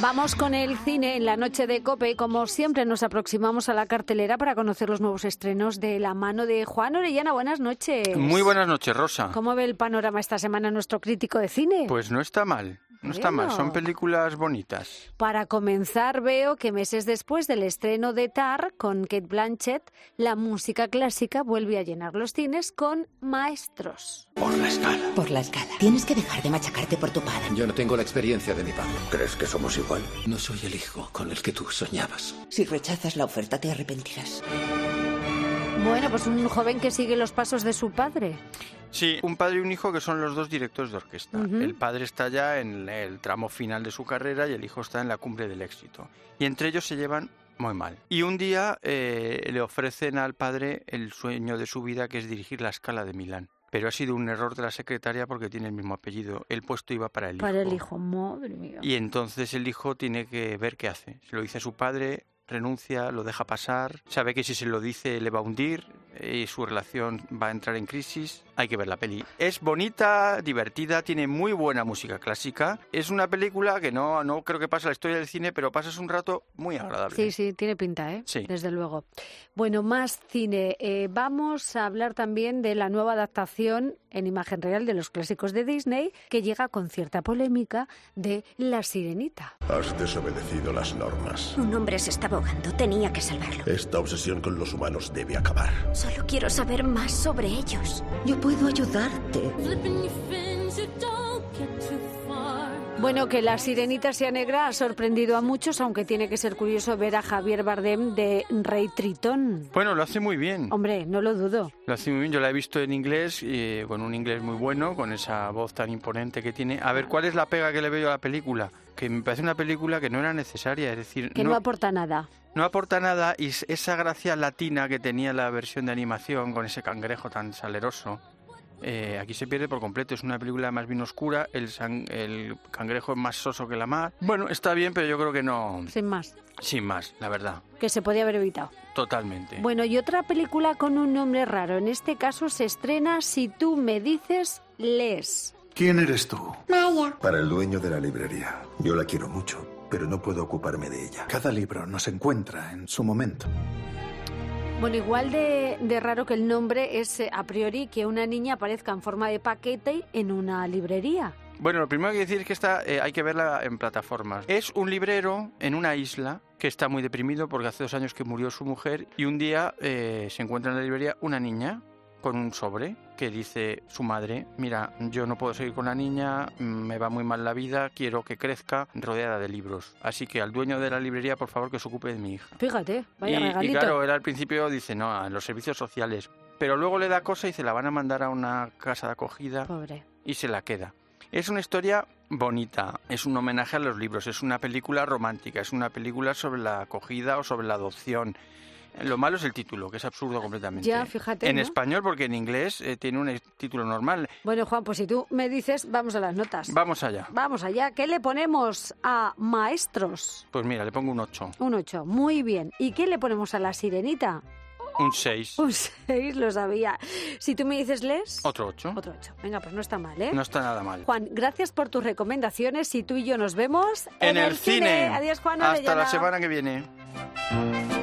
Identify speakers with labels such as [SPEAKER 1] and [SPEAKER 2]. [SPEAKER 1] Vamos con el cine en la noche de Cope. Como siempre, nos aproximamos a la cartelera para conocer los nuevos estrenos de la mano de Juan Orellana. Buenas noches.
[SPEAKER 2] Muy buenas noches, Rosa.
[SPEAKER 1] ¿Cómo ve el panorama esta semana nuestro crítico de cine?
[SPEAKER 2] Pues no está mal. No está mal, son películas bonitas.
[SPEAKER 1] Para comenzar, veo que meses después del estreno de Tar con Kate Blanchett, la música clásica vuelve a llenar los cines con maestros.
[SPEAKER 3] Por la escala.
[SPEAKER 4] Por la escala. Tienes que dejar de machacarte por tu padre.
[SPEAKER 5] Yo no tengo la experiencia de mi padre.
[SPEAKER 3] ¿Crees que somos igual?
[SPEAKER 5] No soy el hijo con el que tú soñabas.
[SPEAKER 4] Si rechazas la oferta, te arrepentirás.
[SPEAKER 1] Bueno, pues un joven que sigue los pasos de su padre.
[SPEAKER 2] Sí, un padre y un hijo que son los dos directores de orquesta.
[SPEAKER 1] Ujú.
[SPEAKER 2] El padre está ya en el tramo final de su carrera y el hijo está en la cumbre del éxito. Y entre ellos se llevan muy mal. Y un día eh, le ofrecen al padre el sueño de su vida, que es dirigir la escala de Milán. Pero ha sido un error de la secretaria porque tiene el mismo apellido. El puesto iba para el
[SPEAKER 1] Para
[SPEAKER 2] hijo.
[SPEAKER 1] el hijo, madre mía.
[SPEAKER 2] Y entonces el hijo tiene que ver qué hace. Se lo dice a su padre, renuncia, lo deja pasar, sabe que si se lo dice le va a hundir eh, y su relación va a entrar en crisis. Hay que ver la peli. Es bonita, divertida, tiene muy buena música clásica. Es una película que no, no creo que pase a la historia del cine, pero pasas un rato muy agradable.
[SPEAKER 1] Sí, sí, tiene pinta, ¿eh?
[SPEAKER 2] Sí.
[SPEAKER 1] Desde luego. Bueno, más cine. Eh, vamos a hablar también de la nueva adaptación en imagen real de los clásicos de Disney, que llega con cierta polémica de La Sirenita.
[SPEAKER 6] Has desobedecido las normas.
[SPEAKER 7] Un hombre se estaba ahogando, tenía que salvarlo.
[SPEAKER 6] Esta obsesión con los humanos debe acabar.
[SPEAKER 7] Solo quiero saber más sobre ellos.
[SPEAKER 4] Yo puedo ayudarte.
[SPEAKER 1] Bueno, que La Sirenita sea negra ha sorprendido a muchos, aunque tiene que ser curioso ver a Javier Bardem de Rey Tritón.
[SPEAKER 2] Bueno, lo hace muy bien.
[SPEAKER 1] Hombre, no lo dudo.
[SPEAKER 2] Lo hace muy bien, yo la he visto en inglés, y, eh, con un inglés muy bueno, con esa voz tan imponente que tiene. A ver, ¿cuál es la pega que le veo a la película? Que me parece una película que no era necesaria, es decir...
[SPEAKER 1] Que no, aporta nada.
[SPEAKER 2] No aporta nada y s- esa gracia latina que tenía la versión de animación con ese cangrejo tan saleroso, eh, aquí se pierde por completo. Es una película más bien oscura, el, san- el cangrejo es más soso que la mar. Bueno, está bien, pero yo creo que no.
[SPEAKER 1] Sin más.
[SPEAKER 2] Sin más, la verdad.
[SPEAKER 1] Que se podía haber evitado.
[SPEAKER 2] Totalmente.
[SPEAKER 1] Bueno, y otra película con un nombre raro. En este caso se estrena Si tú me dices, les.
[SPEAKER 8] ¿Quién eres tú?
[SPEAKER 6] Para el dueño de la librería. Yo la quiero mucho, pero no puedo ocuparme de ella.
[SPEAKER 8] Cada libro nos encuentra en su momento.
[SPEAKER 1] Bueno, igual de, de raro que el nombre es eh, a priori que una niña aparezca en forma de paquete en una librería.
[SPEAKER 2] Bueno, lo primero que decir es que esta eh, hay que verla en plataformas. Es un librero en una isla que está muy deprimido porque hace dos años que murió su mujer y un día eh, se encuentra en la librería una niña con un sobre que dice su madre, mira, yo no puedo seguir con la niña, mm, me va muy mal la vida, quiero que crezca rodeada de libros. Así que al dueño de la librería, por favor, que se ocupe de mi hija.
[SPEAKER 1] Fíjate, vaya
[SPEAKER 2] Y- y,
[SPEAKER 1] regalito.
[SPEAKER 2] claro, eh. él al principio dice, no, a los servicios sociales. Pero luego le da cosa y se la van a mandar a una casa de acogida
[SPEAKER 1] Pobre.
[SPEAKER 2] y se la queda. Es una historia bonita, es un homenaje a los libros, es una película romántica, es una película sobre la acogida o sobre la adopción. Lo malo es el título, que es absurdo completamente.
[SPEAKER 1] Ya, fíjate,
[SPEAKER 2] En
[SPEAKER 1] ¿no?
[SPEAKER 2] español, porque en inglés eh, tiene un eh, título normal.
[SPEAKER 1] Bueno, Juan, pues si tú me dices, vamos a las notas.
[SPEAKER 2] Vamos allá.
[SPEAKER 1] Vamos allá. ¿Qué le ponemos a Maestros?
[SPEAKER 2] Pues mira, le pongo un 8,
[SPEAKER 1] Un 8. Muy bien. ¿Y qué le ponemos a La Sirenita?
[SPEAKER 2] un 6,
[SPEAKER 1] Un 6, lo sabía. Si tú me dices, les.
[SPEAKER 2] otro 8.
[SPEAKER 1] Otro 8. Venga, pues no está mal, ¿eh?
[SPEAKER 2] No está nada mal.
[SPEAKER 1] Juan, gracias por tus recomendaciones y tú y yo nos vemos
[SPEAKER 2] En el cine.
[SPEAKER 1] Adiós, Juan.
[SPEAKER 2] Hasta
[SPEAKER 1] Orellana.
[SPEAKER 2] la semana que viene.